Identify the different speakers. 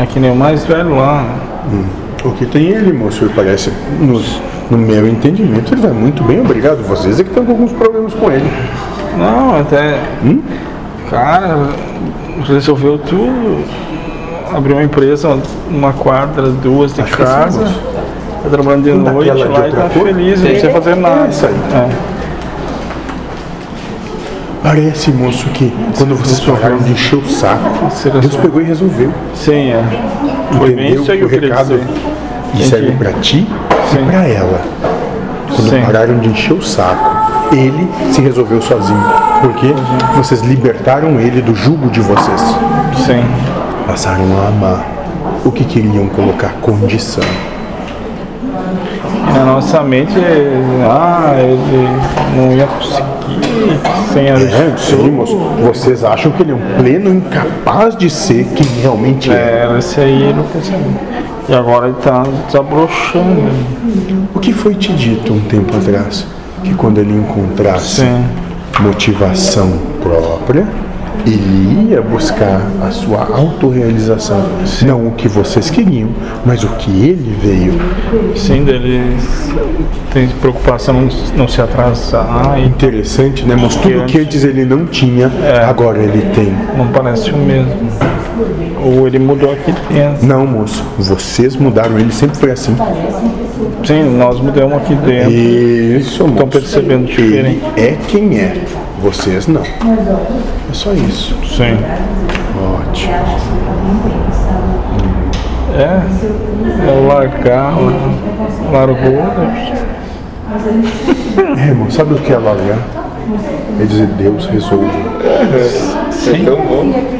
Speaker 1: É que nem o mais velho lá.
Speaker 2: O que tem ele, moço, parece, nos- no meu entendimento, ele vai muito bem, obrigado. Vocês é que estão com alguns problemas com ele.
Speaker 1: Não, até.
Speaker 2: Hum?
Speaker 1: Cara, resolveu tudo. Abriu uma empresa, uma quadra, duas de
Speaker 2: que é assim,
Speaker 1: casa.
Speaker 2: moço.
Speaker 1: Tá trabalhando de
Speaker 2: Daquela
Speaker 1: noite
Speaker 2: de
Speaker 1: lá e
Speaker 2: outra
Speaker 1: tá
Speaker 2: cor?
Speaker 1: feliz, não
Speaker 2: Tem.
Speaker 1: precisa fazer nada.
Speaker 2: É isso aí.
Speaker 1: É.
Speaker 2: Parece, moço, que quando vocês pararam de encher o saco,
Speaker 1: Será
Speaker 2: Deus
Speaker 1: só-
Speaker 2: pegou e resolveu.
Speaker 1: Sim, é. Foi bem
Speaker 2: Entendeu
Speaker 1: isso aí que
Speaker 2: o
Speaker 1: eu queria
Speaker 2: recado?
Speaker 1: dizer.
Speaker 2: E serve
Speaker 1: Entendi.
Speaker 2: pra ti
Speaker 1: Sim.
Speaker 2: e pra ela. Quando
Speaker 1: Sim.
Speaker 2: pararam de encher o saco, ele se resolveu sozinho. Porque
Speaker 1: Uhum.
Speaker 2: vocês libertaram ele do jugo de vocês.
Speaker 1: Sim.
Speaker 2: passaram a amar o que queriam colocar condição.
Speaker 1: Na nossa mente, ah, ele não ia conseguir sem a
Speaker 2: É, sim, moço. Vocês acham que ele é um pleno incapaz de ser quem realmente é.
Speaker 1: Era esse aí ele não pensamento. E agora ele tá desabrochando.
Speaker 2: O que foi te dito um tempo atrás? Que quando ele encontrasse
Speaker 1: Sim.
Speaker 2: motivação própria, ele ia buscar a sua autorrealização. Não o que vocês queriam, mas o que ele veio.
Speaker 1: Sim, dele tem preocupação não, não se atrasar e
Speaker 2: Interessante, né? Mas tudo que antes ele não tinha, agora ele tem.
Speaker 1: não parece o mesmo. Ou ele mudou aqui dentro.
Speaker 2: Não, moço, vocês mudaram, ele sempre foi assim.
Speaker 1: Sim, nós mudamos aqui dentro.
Speaker 2: Isso, é
Speaker 1: Estão
Speaker 2: moço.
Speaker 1: percebendo
Speaker 2: Ele
Speaker 1: diferente.
Speaker 2: é quem é, vocês não. É só isso.
Speaker 1: Sim.
Speaker 2: Ótimo.
Speaker 1: É. É largar, largou. né?
Speaker 2: É, irmão, sabe o que é largar? É dizer Deus resolveu.
Speaker 1: Sim.
Speaker 3: Tão bom.